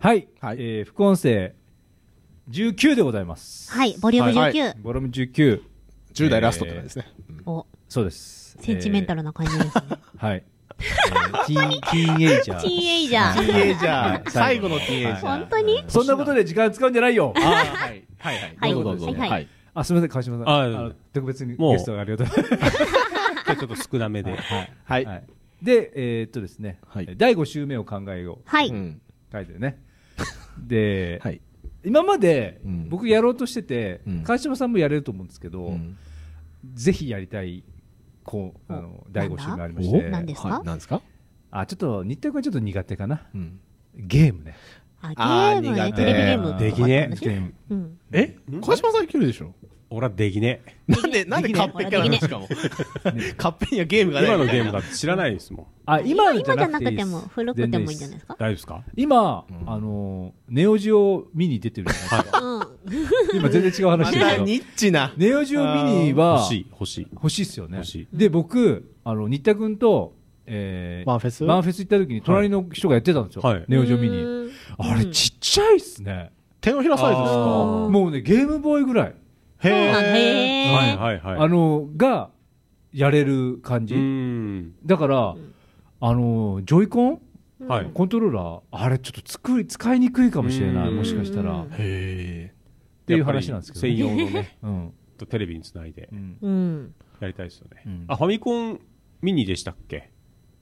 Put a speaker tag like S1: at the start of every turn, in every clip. S1: はい、
S2: はい
S1: えー副音声19でございます。
S3: はい、ボリューム19。
S2: はい
S1: ボロム19、
S2: 10代ラストって感じですね。
S3: お、
S1: そうです。
S3: センチメンタルな感じですね。
S1: えー。はい。え ーティーンティーンエイジャー。
S3: ティーンエイジャ
S1: は
S3: ー
S1: い
S2: ティーンエイジャー
S1: はい
S2: 最後のティーンエイジャー
S1: はい
S3: 本当に
S1: そんなことで時間使うんじゃないよ。
S2: あはい。はい
S3: はい
S2: どうぞどうぞ。
S3: はいはい
S2: はい。
S1: あ、すみません、川島さん。
S4: あ
S1: あの特別に
S4: もう
S1: ゲストがありがとうございます。
S4: じゃあちょっと少なめで。
S2: は。
S1: はいいで、えーっとですね、
S2: はい
S1: 第5週目を考えよう。
S3: は
S2: う
S3: い。
S2: ん
S1: 書いて るね。で、
S2: はい。
S1: 今まで
S2: うん
S1: 僕やろうとしてて、
S2: うん
S1: 川島さんもやれると思うんですけど、
S2: うん
S1: ぜひやりたい、こう、あの、
S3: お
S1: 第5週がありまし
S2: お
S1: て。
S3: 何ですか
S2: はい何ですか
S1: あ、ちょっと、日テレ君はちょっと苦手かな。
S2: うん
S1: ゲームね。
S3: あ、ゲーム
S2: あー
S3: ね、
S2: 苦手
S3: テレビゲームとか。
S4: できね
S1: ゲーム。
S3: うん。
S2: え川島さんいけるでしょ
S4: 俺はできねえ。
S2: なんで、なんでカッペンからなんですかも。カッペンにはゲームがない。
S4: 今のゲームだって知らないですもん。
S1: あ、今の
S3: 今
S1: じゃ
S3: じゃ
S1: な
S3: な
S1: くて
S3: く
S1: いいで
S3: て
S1: す
S3: も、古くてもいいんじゃないですか
S4: 大丈夫ですか
S1: 今、
S2: うん
S1: あの、ネオジオミニ出てるじゃないですか。
S3: うん。
S1: 今全然違う
S2: ま
S1: 話だ
S2: た
S1: けど。
S2: ニッチな。
S1: ネオジオミニ
S4: 欲
S1: は、
S4: しい、欲しい。
S1: 欲しいっすよね
S4: 欲しい。
S1: で、僕、あの、新田君と、えー
S2: ワンフェス
S1: ワンフェス行った時に隣の人がやってたんですよ。
S4: はい
S1: ネオジオミニ。
S3: うん
S1: あれ、ちっちゃいっすね。
S2: 手のひらサイズですか
S4: あー
S1: もうね、ゲームボーイぐらい、
S3: そうなんだ。
S2: え。
S3: へー
S4: はいはいはい。
S1: あの、が、やれる感
S4: う
S1: じ。
S4: ーん。
S1: だから、あの、ジョイコン
S4: はい。
S1: コントローラー、あれちょっと作り、使いにくいかもしれない。
S4: うん
S1: もしかしたら。っ
S2: へ
S1: ていう話なんですけどね。
S4: 専用のね、
S1: うん。
S4: とテレビにつないで
S1: うん
S3: うん。
S4: やりたいですよね
S1: うん。
S4: あ、ファミコンミニでしたっけ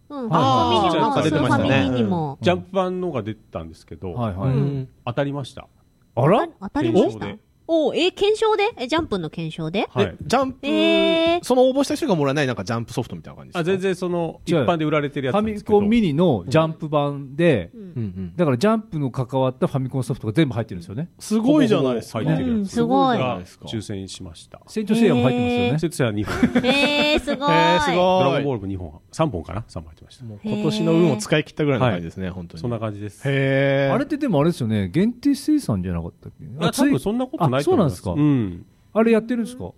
S3: うん、フ
S2: あ
S3: ァミ
S2: ー
S3: リーも、
S2: ち
S3: ス
S2: ゃんと出て
S3: ー
S2: ま
S3: フ
S2: したね
S3: ァミリーにも。
S4: ジャンプ版のが出てたんですけど、
S1: はいはい。
S2: え。
S3: うん
S4: 当たりました。
S1: あら
S3: 当たりまし
S4: 検証
S3: た
S4: で。
S3: おうえ、検証でえ、ジャンプの検証で
S4: はい
S2: で。ジャンプ、
S3: えー
S2: その応募した人がもらえないなんかジャンプソフトみたいな感じですか
S4: あ、全。然その、
S1: 違
S4: 一
S1: う
S4: 般で売られてるやつ
S1: ファ
S4: なんで
S1: ミ
S4: すけど。
S1: コンミニのジャンプ版で、
S2: うんうん。
S1: だからジャンプの関わったファミコンソフトが全部入ってるんですよね。
S2: すごいじゃないですか。
S4: 入ってるやつ
S3: うんすごい
S4: が抽選しました。
S1: セイントセイヤも入ってますよね。
S4: 節制は2本。
S3: えー、すごい。
S2: へーす
S4: ドラ
S2: ご
S4: ゴンボ
S2: い。
S4: ールも2本、3本かな ?3 本入ってました。
S2: もう今年の運を使い切ったぐらいの感じですね、本当に。
S4: そんな感じです。
S2: へー
S1: あれってでもあれですよね、限定生産じゃなかったっけ
S4: あ多分そんなことないと思います。
S1: あそう
S4: う
S1: なん
S4: ん。
S1: あれやってるんですか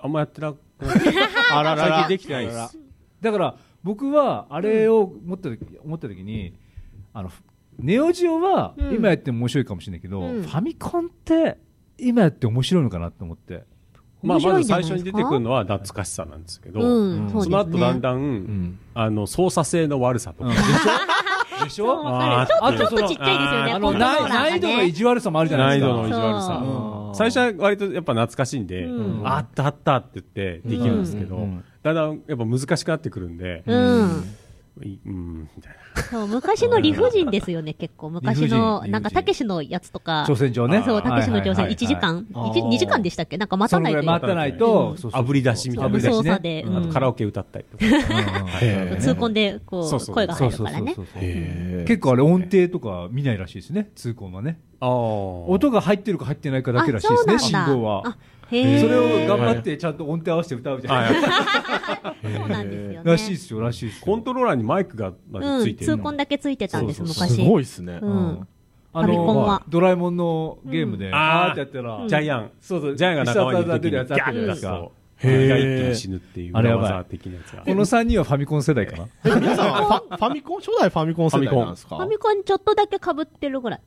S4: あんまやってなくなって、
S2: あらら
S4: 最
S2: ら。
S4: 近できてないです。
S1: だから僕はあれを思った時,、思った時にあのネオジオは
S3: うん
S1: 今やっても面白いかもしれないけど、
S3: うん
S1: ファミコンって今やって面白いのかなと思って、
S4: まあ、
S3: 面白
S4: ま
S3: い
S4: ず
S3: んじゃな
S4: 最
S3: いですか
S4: 初に出てくるのは懐かしさなんですけど、
S3: うん、そうですね。
S4: その後だんだん、
S2: ん
S4: あの操作性の悪さと
S1: うん
S4: か、
S1: でしょでし
S3: そう
S1: ょ
S3: わかるちょっとちょっとちっちゃいですよ
S4: あ
S3: ね、
S1: あの
S3: コントロー
S1: な
S3: ラーがね
S1: 難易度の意地悪さもあるじゃない
S4: 難
S1: で
S4: 易
S1: すか
S4: 度の意地悪さ、
S1: そう
S4: うん最初は割とやっぱ懐かしいんで、
S3: うん
S4: あったあったって言ってできるんですけど、
S1: うんうん
S4: だんだんやっぱ難しくなってくるんで、
S3: うん。
S4: いうんみたい
S3: そう、昔の理不尽ですよね、結構。昔の、
S1: 理不尽
S3: なんか、たけしのやつとか。
S1: 挑戦状ね
S3: そう、たけしの
S1: はい
S3: 挑
S1: はいはい
S3: 戦、1時間
S2: あー
S3: ?2 時間でしたっけなんか待
S1: そ
S3: た
S1: の
S3: ない
S1: ぐ
S3: と
S1: ら
S3: い
S1: い
S3: けな
S1: 待
S3: い
S1: たないと、
S4: な炙り出しみたいな、
S1: 炙り出し
S3: 操作で、
S1: う
S3: うん
S4: あとカラ
S3: ん
S4: オケ歌ったりとか、
S2: へ ー
S3: 痛恨で、こ
S4: そうそう
S3: う、声が入るか
S1: そ
S3: らね。
S1: うそうそうそう
S2: へー
S1: 結構あれ音程とか見ないらしいですね通行はね
S4: あー
S1: 音が入ってるか入ってないかだ
S3: あ
S1: けらしい
S3: そ
S1: で
S3: う
S1: すね
S3: なんだ。
S1: 振動は
S3: あ、へえ。
S1: それを頑張ってちゃんと音程合わせて歌うみたいな、
S3: そうなんですよね。
S1: らしいですよらしいですよ
S4: コントローラーにマイクがまで
S3: う
S4: つい
S3: ん、
S4: てる、
S3: 痛恨だけついてたんです、
S4: そうそう
S3: 昔。
S2: すごいっすね。
S3: うん。
S1: あ
S3: ファミコン
S1: の
S3: は
S1: ドラえもんのゲームで、
S4: ん
S1: あーってやったら、
S4: ジャイアン、
S1: そうそう
S4: ジャイアンが仲間にいる時
S1: 必殺技出
S4: に
S1: るやつあったじゃないですか
S4: ギャッ
S2: へ
S4: そう
S2: ー
S4: が一気に死ぬっていう
S1: あれ
S4: 裏
S1: やばい
S4: 技的なやつが
S1: この3人はファミコン世代かな
S2: え皆さんはファ、ファミコン初代ファミコン世代なんです
S3: フ
S2: か
S3: ァミコンちょっとだけ被ってるぐらい。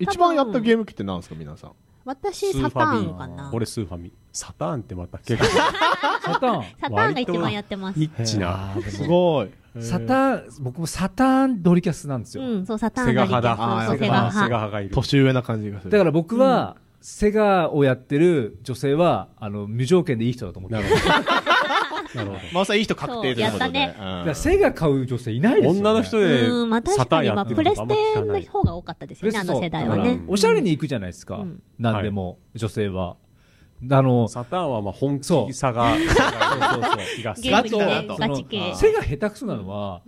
S2: 一番やったゲーム機ってなんですか、皆さん。
S3: 私、
S4: スーファ
S3: サ
S4: ミ
S3: ターンかな。
S4: 俺スーファミサターンってまた結構
S1: サターン
S3: サターンが一番やってます。
S4: ニッチな
S2: すごい。
S1: サターン僕もサターンドリキャスなんですよ、
S3: うん、そう、サターン
S4: セガ派だ
S3: がそうそう、
S2: あーやっ
S3: セガ
S2: ぱ
S4: セガ
S3: 派。
S4: 派がいる
S2: 年上な感じがする。
S1: だから僕は、セガをやってる女性はあの無条件でいい人だと思ってる
S4: なるほどなるほ
S2: まあさんいい人確定ということで。
S3: そうやっ
S1: だ
S2: うん
S1: からセガ買う女性いないです
S4: ど
S1: よ、ね、
S4: 女の人で
S3: うん、まあ
S4: サ
S3: 確
S4: タ
S3: か
S4: ーン
S3: に、
S4: や
S3: ま
S4: っ
S3: あ、
S4: て
S3: プ
S4: る
S3: レ
S4: と
S3: ス
S4: あんま聞
S3: テ
S4: かな
S3: の
S4: い
S3: 方が多かったですよね、あの世代は
S1: だ
S3: ね
S1: から。おしゃれに行くじゃないですか、
S3: うん
S1: 何でも、女性はあの
S4: サターンはまあ本
S1: そう
S4: 気さが
S1: そうそう
S4: 気がす
S3: ゲ
S4: る
S3: ー
S1: ガ
S3: ム
S1: チだなと
S3: 系、ガチ系。
S1: 背が下手くそなのは、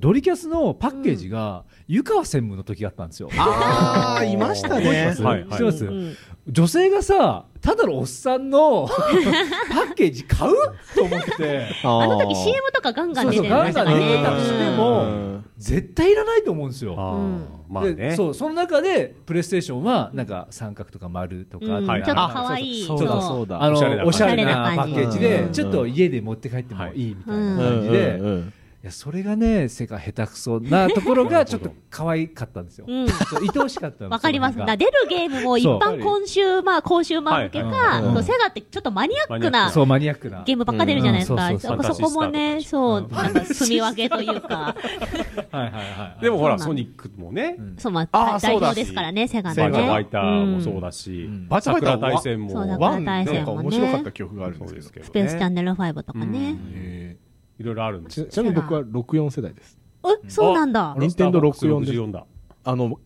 S1: ドリキャスのパッケージが、湯川専務の時があったんですよ。
S2: ああ、いましたね。
S4: はいは
S1: 知ってま
S4: い
S1: す、
S3: うん
S1: 女性がさ、ただのおっさんの パッケージ買うと思って、
S2: あ
S3: あの時 CM とかガンガン出てましたか
S1: そうそうガンガン出てたし
S3: ら
S1: で
S3: ね。
S1: も
S2: うん
S1: 絶対いらないと思うんですよ。
S4: あーまあ
S1: で
S4: ね
S1: そう、その中で、プレイステーションは、なんか三角とか丸とか、
S3: うん
S1: な
S4: は
S1: ん
S4: い
S1: か
S3: ちょっと可愛い。
S2: そうだそうだ。
S1: あ
S4: おしゃれな
S1: の、おしゃれなパ
S3: おしゃれな感
S1: ッ
S3: じ
S1: ケージで
S3: う、ん
S1: ちょっと家で持って帰ってもいいみたいな
S3: うん
S1: 感じで、いややそれがね世界下手くそなところ がちょっと可愛かったんですよ、
S3: うん。
S1: そう愛おしかったんです
S3: わかります。
S1: その
S3: な
S1: 辺
S3: 出るゲームも一
S2: そ
S3: 般
S2: う
S3: 今週、まあ、今週マ向けか、
S2: はい
S1: うん
S3: そうセガってちょっとマニアック
S4: マニア
S1: が
S4: ッ
S3: な
S4: ク
S1: そうマニアックな
S3: ゲームばっか出るじゃないです
S1: う
S3: か。
S1: ん
S3: そ
S1: そう
S4: そう
S3: こ
S4: そう
S3: そこもね、
S4: そ
S3: そうう、なんか、住み分けというか、
S1: はいはいはい
S4: でもほら、
S3: そうな
S4: ソ
S3: んだ
S4: ニックもね
S1: う、ん
S3: そう、ま
S2: あ
S3: あ
S2: ー、
S3: 代
S2: そうだ
S3: 表
S2: し
S3: ですからね、セガ
S4: セ
S3: の
S4: ガ
S3: ね。
S4: バイターもそう
S3: だ。
S4: だし
S1: う、ん
S2: バチャバタ
S4: 桜大戦も
S3: そうだ
S4: い
S2: ワン
S3: 桜大
S2: な
S3: 戦
S2: んか
S3: もね
S2: 面白かった記憶があるんですけど
S3: スペースチャンネル5とかね。
S2: へ
S4: ろいろあるんです
S5: ちちなみに僕は64世代です
S3: え、そうなんだ。
S5: 任天堂64です
S4: 64だ。
S5: あの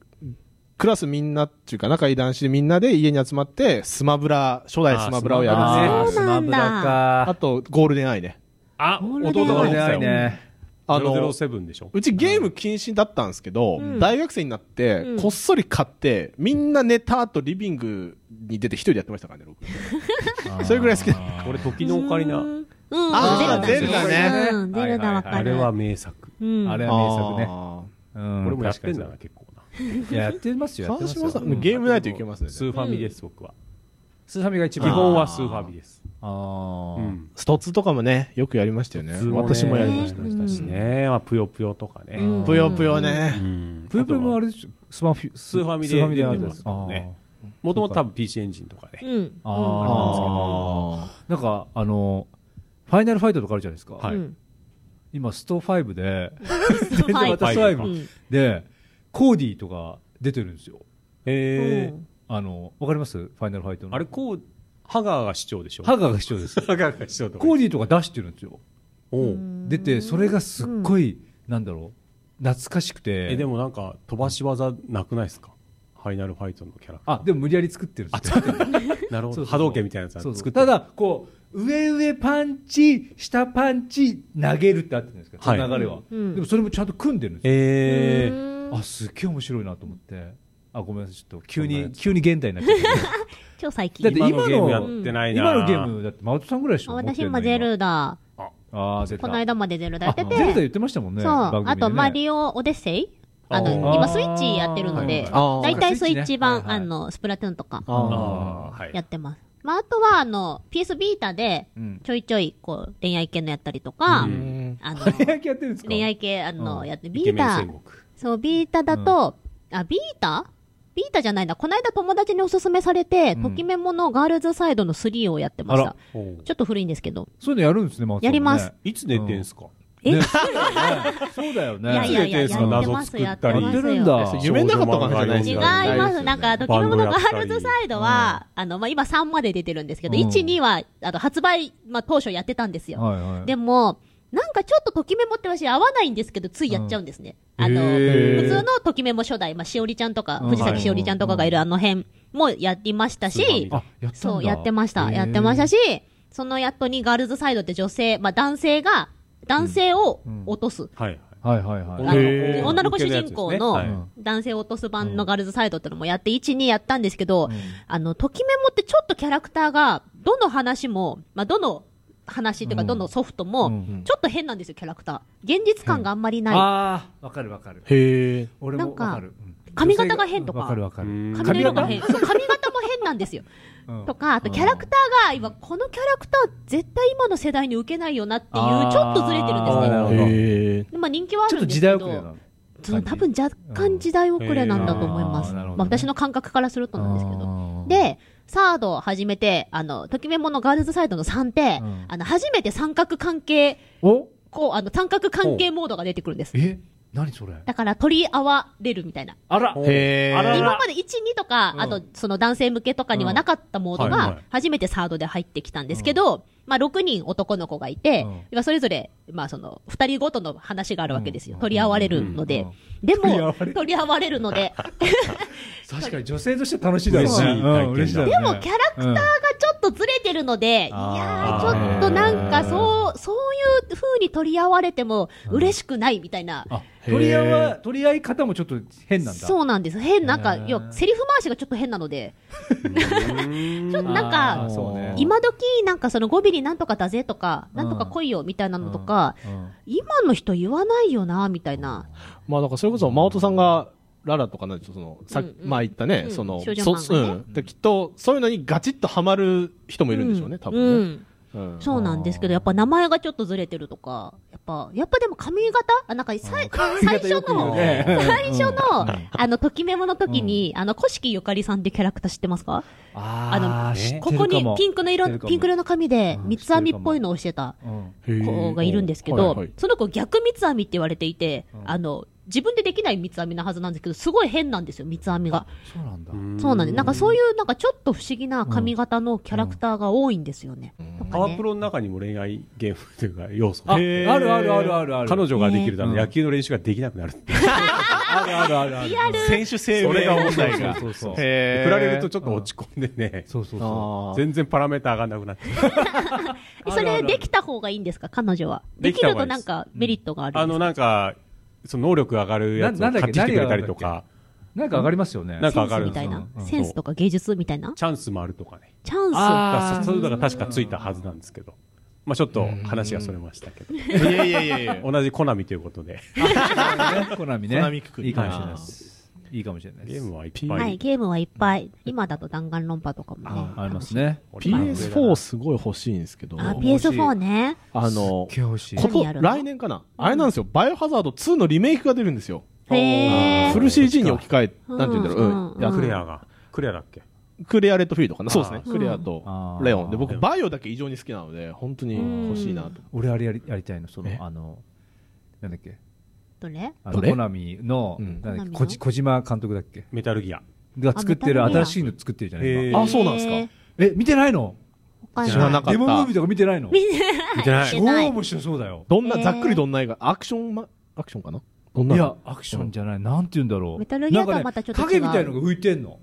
S5: クラスみんなっていうか仲いい男子でみんなで家に集まってスマブラ初代スマブラをやるんです
S1: あー
S5: よ
S3: そうなんだ
S1: スマブラ
S5: あ
S1: か
S5: とゴールデンアイね
S4: あ、
S3: ゴールデン
S4: 弟
S1: そう
S3: ア
S4: が
S3: イ
S4: 持って
S1: じゃ
S4: た
S1: な
S4: よ
S1: い。ね
S5: あの
S4: 007でしょ
S5: うちゲーム禁止だったんですけど、
S3: うん
S5: 大学生になって、
S3: うん
S5: こっそり買ってみんな寝た後リビングに出て一人でやってましたからね僕それぐらい好きだ
S4: 俺、時のオカリナ
S3: う。ん、
S5: あ
S1: ー
S3: ゼルダ
S1: ゼルダね
S3: うん、ゼルダわかる。
S4: あれは名作。
S3: うん、
S1: あれは名作ね
S5: あ
S1: うん
S4: 俺もやってんだ
S1: 確
S4: な、結構
S1: か
S4: な。
S1: にそういややってます
S5: ー
S1: よやって
S5: 川
S1: ます
S5: 島
S1: よ
S5: さん、
S1: うん
S5: ゲームないといけますね
S4: スーファミです、僕は。
S1: スーファミが一
S4: 基
S1: 番
S4: 本はスーファミです。
S1: あ
S4: う
S1: ー
S4: ん。
S5: ストツとかもねよくやりましたよね
S4: スーファミ
S5: 私もやりました、
S3: ねうん
S4: しね。まあ、ぷよぷよとかね。
S3: うん
S5: ぷよぷよね、
S4: うん
S1: プープーもあれでしょスマフィ
S4: スーファミで
S1: スーファミでやるん
S4: 出て
S1: で
S4: ますす
S1: か
S4: もんねもともと多分 PC エンジンとか
S3: う
S4: ね。
S3: ん。
S1: あ
S3: うん
S1: ーなんかあのファイナルファイトとかあるじゃないですか、
S4: はい
S3: うん
S1: 今スト5で
S3: そう
S1: 全然また
S3: はい
S1: スト
S4: う
S1: 5でコーディとか出てるんですよ
S3: うん
S4: え
S1: あのわかりますファイナルファイト
S4: ー
S1: の
S4: あれ、こう、ハガーが市長でしょ
S1: ハガーが必要です
S4: ハガーが市長とか
S1: コーディとか出してるんですよ
S4: おう
S1: 出てそれがすっごい、なんだろう懐かしくて
S4: え、でもなんか、飛ばし技なくないですかファイナルファイトのキャラク
S1: あでも無理やり作ってるんですよ
S4: ター。なるほ
S1: そうそうそう
S4: ど。波動拳みたいなやつは
S1: そうそ
S4: 作
S1: う
S4: った
S1: ただこう上上パンチ下パンチ投げるってあったじゃないですか、
S4: はい
S1: その流れは、
S3: うん
S1: でもそれもちゃんと組んでるんですよ
S4: えー。
S3: うん
S1: あすっげえ面白いなと思ってあごめんなさいちょっと急
S4: そんなや
S1: に
S4: つ
S1: 急に現代になっちゃった
S3: 超最近。
S1: だって今の
S4: ゲームやってないな
S1: 今のゲームだってマウトさんぐらいでしょ
S3: 私もゼルダ。
S1: あー出た
S3: この間までゼルダや
S1: あ
S3: って
S1: ゼル
S3: て。
S1: ダ言ってましたもんね
S3: そう。
S1: 番組で
S3: あ
S1: ね
S3: と、マリオオデッセイあの、
S4: あー
S3: 今スイッチやってるので、
S5: あー
S3: だいたいスイッチ版、
S1: はいはい
S3: あの、スプラトゥーンとか
S4: あーは
S3: やっ
S4: い。
S3: てます。まあ、あとは、あの、PS ビータで、
S1: うん
S3: ちょいちょい、こう、恋愛系のやったりとか、
S4: うん
S3: あ の、
S1: 恋愛系やってるんですか
S3: 恋愛系、あの、
S1: うん
S3: やって、
S4: イ
S3: ビ
S4: ケ
S3: ー
S4: メン
S3: タ
S4: 戦、国。
S3: そう、ビータだと、あ、ビータビータじゃないんだ。この間友達におすすめされて、
S1: うん
S3: ときめものガールズサイドの3をやってま
S1: あ
S3: した
S1: ら。
S4: おう
S3: ちょっと古いんですけど。
S1: そういうのやるんですねマウトさんもね
S3: やります
S4: いつ寝てんすか
S3: え
S1: ねそうだよねそうだよ
S3: い
S1: ね
S3: やいやいや、や
S4: い
S3: っ
S4: つ出て
S3: て
S4: んすか
S3: ます、やって
S1: や
S3: ま
S1: っ
S3: す
S1: て
S3: よ。
S1: る
S3: 違い
S1: んだ
S5: そう夢なかったかもしれないです
S4: 少
S5: よ
S4: 女
S5: 違
S4: 漫画
S3: ま
S5: 違
S3: す。
S5: い
S3: なんか、ときめものガールズサイドは、あの、まあ、今3まで出てるんですけど、
S1: うん
S3: 1、2は、あの、発売、まあ、当初やってたんですよ。
S1: はいはい
S3: でも、なんかちょっとときめもって私合わないんですけど、ついやっちゃうんですね。
S1: うん
S3: あの、
S1: へー
S3: 普通のときめも初代、まあ、しおりちゃんとか、
S1: うん
S3: 藤崎しおりちゃんとかがいるあの辺もやりました
S4: スーパー
S3: し
S4: み、たい
S1: あやったんだ
S3: そう、やってました。やってましたし、そのやっとにガールズサイドって女性、まあ、男性が、男性を落とす。
S4: はい。
S1: はいはいはい
S3: あの
S4: へー
S3: 女の子主人公
S4: はい
S3: の男性を落とす版のガールズサイドってのもやって、1、2やったんですけど、
S1: うん
S3: あの、ときめもってちょっとキャラクターが、どの話も、まあ、どの話っていうか、
S1: うん
S3: どのソフト
S1: う
S3: も、
S1: ん
S3: ちょっと変なんですよ、キャラクター。現実感があんまりない。
S1: ああわかるわかる
S5: へえ
S1: 俺もわかるうん
S3: 髪型が変とか
S1: わかるわかる
S4: うん
S3: 髪の色が変。そう髪型も変なんですよ。
S1: うん
S3: とか、あとキャラクターが、今、このキャラクター、絶対今の世代に受けないよなっていう、
S1: あー
S3: ちょっとずれてるんです
S1: あーなるほ
S3: ね。
S1: ど
S5: へえ
S3: でまあ人気はあ
S1: ちょっと
S3: るんです
S1: 時
S3: け
S1: 代
S3: ど。
S1: 遅れな
S3: そう、多分若干時代遅れなんだと思います。
S1: うんへー
S3: まあ私の感覚からするとなんですけど。
S1: ど
S3: で、サードを始めて、あの、ときめものガールズサイドの3って、
S1: うん
S3: あの、初めて三角関係、
S1: お
S3: こう、あの、三角関係モードが出てくるんです。
S1: え何それ
S3: だから、取り合われるみたいな。
S1: あら
S4: お
S5: へ
S1: あら
S5: え
S3: 今まで1、2とか、
S1: うん
S3: あと、その男性向けとかにはなかったモード
S4: うんはいは
S3: が
S4: い、
S3: 初めてサードで入ってきたんですけど、まあ、6人男の子がいて
S1: うん、
S3: 今それぞれ、まあ、その、2人ごとの話があるわけですよ。
S1: うん
S3: 取り合われるの
S1: う
S3: で
S1: ん。
S3: で
S1: 取り合
S3: も
S1: われる、
S3: 取り合われるので、
S1: 確かに女性として楽しいだろう
S3: 嬉し
S1: ねう
S3: い
S1: ん
S4: 体験だ
S1: ろう
S3: で
S1: ね
S3: もキャラクターがちょっとずれてるので、いやー、
S1: あ
S3: ち
S1: ー
S3: ょっとなんかそう、そういう風に取り合われても嬉しくないみたいな。
S1: あ取り合わ取り合い方もちょっと変なんだ
S3: そうなんです。変、なんか、
S1: へー
S3: 要はセリフ回しがちょっと変なので、ちょっとなん
S1: あー
S3: か、
S1: そうね
S3: 今時なんかその語尾になんとかだぜとか、なんとか来いよみたいなのとか、
S1: うん
S3: 今の人言わないよな、みたいな。
S5: まあなんかそれこそ真音さんがララとかなんてそのさ、
S3: うんうん
S5: まあ言ったね、
S3: うん
S5: その
S3: 少女漫画ね
S5: そうんできっとそういうのにガチッとハマる人もいるんでしょうね、多分ね、
S3: ん
S5: うん
S3: そうなんですけど、やっぱ名前がちょっとずれてるとか、やっぱ、やっぱでも髪型あ、なんかさい最初の、最初の、あの、ときめもの時に、あの、古式ゆかりさんっていうキャラクター知ってますか
S1: あ
S3: あ
S1: の、知ってる
S3: ここ
S1: か
S3: に
S1: も
S3: ピンクの色
S1: 知ってる、かも
S3: ピンク色の髪で
S1: う、ん
S3: 三つ編みっぽいのをしてた
S1: うん
S3: 子がいるんですけ
S5: へー
S3: ど
S5: はいはい、
S3: その子逆三つ編みって言われていて
S1: う、ん
S3: あの、自分でできない三つ編みなはずなんですけど、すごい変なんですよ、三つ編みが。
S1: そうなんだ。
S3: そうなんです。なんかそう
S4: い
S3: いう、なんかちょっと不思議な髪型のキャラクターが多いんですよね。なんか
S4: パワ
S3: ね
S4: ープロの中にも恋愛ゲームというか要素
S1: あ、あ
S4: が
S1: るあるあるあるある。
S4: 彼女ができるため
S1: うん
S4: 野球の練習ができなくなるっていう
S1: あるあるあるある。
S3: リアル
S2: 選手生
S4: それ
S2: 命
S4: が
S2: 問題が。
S1: そうそうそう。
S2: へー
S4: 振られるとちょっと落ち込んでね
S1: そうそうそ
S5: あー
S4: 全然パラメーター上がんなくなって
S3: えそれできた方がいいんですか彼女は。で
S4: で
S3: き
S4: きた
S3: ると
S4: 方がいいで
S3: な
S4: す
S3: んかメリットがある
S4: あ
S3: んで
S4: の
S3: す
S4: なんかその能力上がるやつを
S1: なな
S4: 買
S1: んだっ
S4: っ
S1: け
S4: てきてくれたりとか
S1: う。なんか上がりますよね。
S4: なん
S3: セ
S4: か
S3: ン
S4: 上が
S3: ス
S4: る
S3: み
S4: ん
S3: た
S4: です
S3: い
S4: よ
S3: な
S1: う。ん
S3: センスとか芸術みたいな
S4: チャンスもあるとかね
S3: チャンス。
S1: あ
S4: だか
S1: ー
S4: らそういうのが確かついたはずなんですけどまあちょっと話がそれましたけど
S2: いやいやいやいや。
S4: 同じコナミということで
S1: ねコナミね。
S2: コナミくくり
S1: いいかもしれないです。いいかもしれないで
S4: ゲー
S1: す。
S4: ムはいっぱい、
S3: はい、ゲームはいっぱい。今だと弾丸論破とかもね
S1: あ。ありますね。
S5: PS4 すごい欲しいんですけど、
S3: あ。
S5: あ
S3: PS4 ね。
S5: の、
S1: すっげえ欲しい。
S5: こ
S3: 何
S5: と
S3: やるの
S5: 来年かな、あれなんですよ、バイオハザード2のリメイクが出るんですよ、
S3: へー
S5: フル CG に置き換え、なんて言うんだろう、
S3: うん
S5: うんいや
S3: うん
S4: クレアがクレアだっけ
S5: クレア・レッドフィールドかな、そうですね、
S4: あ
S3: ー
S5: クレアと
S1: あー
S5: レオンで、僕、バイオだけ異常に好きなので、本当に欲しいなと。
S1: 俺あれやりやりたいの、そ
S5: え
S1: の、あの、なんだっけ。
S3: どれ
S1: あの、
S5: どれ
S1: コナミの、
S5: うん
S1: なんだっ
S3: コナ
S1: け
S3: ミの
S1: こじ小島監督だっけ
S4: メタルギア
S1: が作ってる、
S3: あメタ
S1: 新
S3: ルギア
S1: しいの作ってるじゃない
S4: へ
S1: 今
S4: ー
S5: あ、そうなんです
S3: へー
S5: か。
S1: え、見てないの
S3: 他に
S5: 知らなかった
S1: デモムービーとか見てないの
S4: 見てな
S3: 見
S1: 超
S3: てない
S1: 面白そうだよ。
S5: どんな、
S3: えー
S5: ざっくりどんな映画、アクション、ま、アクションかなどん
S1: い
S5: なの
S1: や、アクションじゃない、なんて言うんだろう。
S3: メタルギアとは
S1: なんかね
S3: またちょっと違う
S1: 影みたいのが浮いてんの。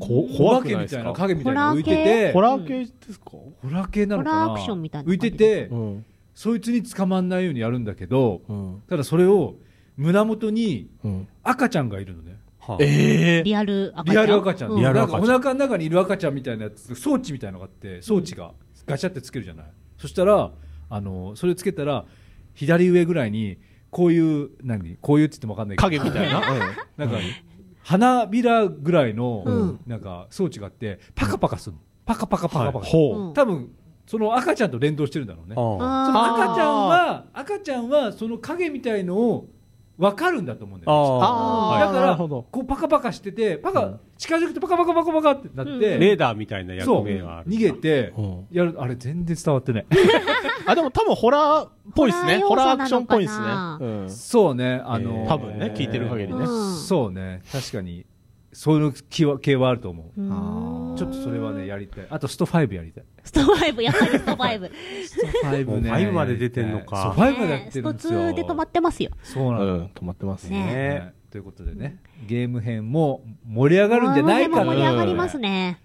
S5: こ怖
S1: 怖
S5: く
S1: け
S5: な
S1: み
S5: いです
S1: たい
S5: か
S1: な影みたいなのが浮いてて、
S5: ホラー系ですか
S1: ホラー系なのかな
S3: ホラーアクションみたいな
S1: 浮
S3: 感
S1: い
S3: じ
S1: てて、
S5: うん。
S1: そいつに捕まんないようにやるんだけど、
S5: うん。
S1: ただそれを胸元に
S5: うん。
S1: 赤ちゃんがいるのね。
S5: ええ
S3: リアル赤ちゃ
S1: リア
S3: ん。
S1: ル赤ちゃん。
S3: う
S4: リアル
S1: なんか
S4: 赤ちゃん
S1: お腹の中にいる赤ちゃんみたいなやつ、装置みたいなのがあって、装置がガチャってつけるじゃない。そしたら、あの、それつけたら、左上ぐらいに、こういう、何こういうって言ってもわかんないけど。
S5: 影みたいな。うん
S1: なんか、花びらぐらいの、
S3: うん
S1: なんか装置があって、パカパカするの。パカパカパカパカ。
S3: う
S5: ほ
S3: ん
S1: 多分、その赤ちゃんと連動してるんだろうね。そ
S4: あ
S1: の
S3: あー
S1: 赤ちゃんは、赤ちゃんはその影みたいのを分かるんだと思うんだよね。
S5: あ
S1: だか
S5: な
S1: ら、
S5: るほど
S1: こうパカパカしてて、パカ、
S5: うん
S1: 近づくとパカパカパカパカってなっ
S3: う
S1: て、
S4: レーダーみたいな役
S1: そう、
S4: 目がある
S1: 逃げて
S5: う、ん。
S1: やる、あれ全然伝わってない。
S5: あ、でも多分ホラーっぽいですね。
S3: ホ
S5: ホ
S3: ラ
S5: ラ
S3: ー要
S5: ー
S3: 素
S5: アクションっぽいですね
S3: なの。
S5: うん。
S1: そうね、あの
S4: え
S1: ー
S4: ー
S5: 多分ね聞いてる限りね
S3: うん
S1: そうね、確かに、そういう気は系はあると思う。
S3: うーん
S1: ちょっとそれはね、やりたい。あと、スト5やりたい。
S3: ストファイブ、やっぱりストファイブ。
S1: スト5
S4: もう5まで出てんのか
S1: そう、5までやって
S3: ス
S1: る
S3: ト
S1: んですよ。
S3: 2で止まってますよ。
S1: そう
S5: う
S1: なん
S5: ん、止まってます
S3: ね
S5: ね。
S1: だね。ということでね、ゲーム編も盛り上がるんじゃないかな
S3: これも盛り上がりますね。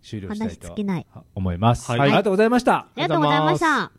S1: 終了したい
S3: 話尽きない
S1: と思います。
S4: はい
S1: はいありがとうございました。
S3: ありがとうございました。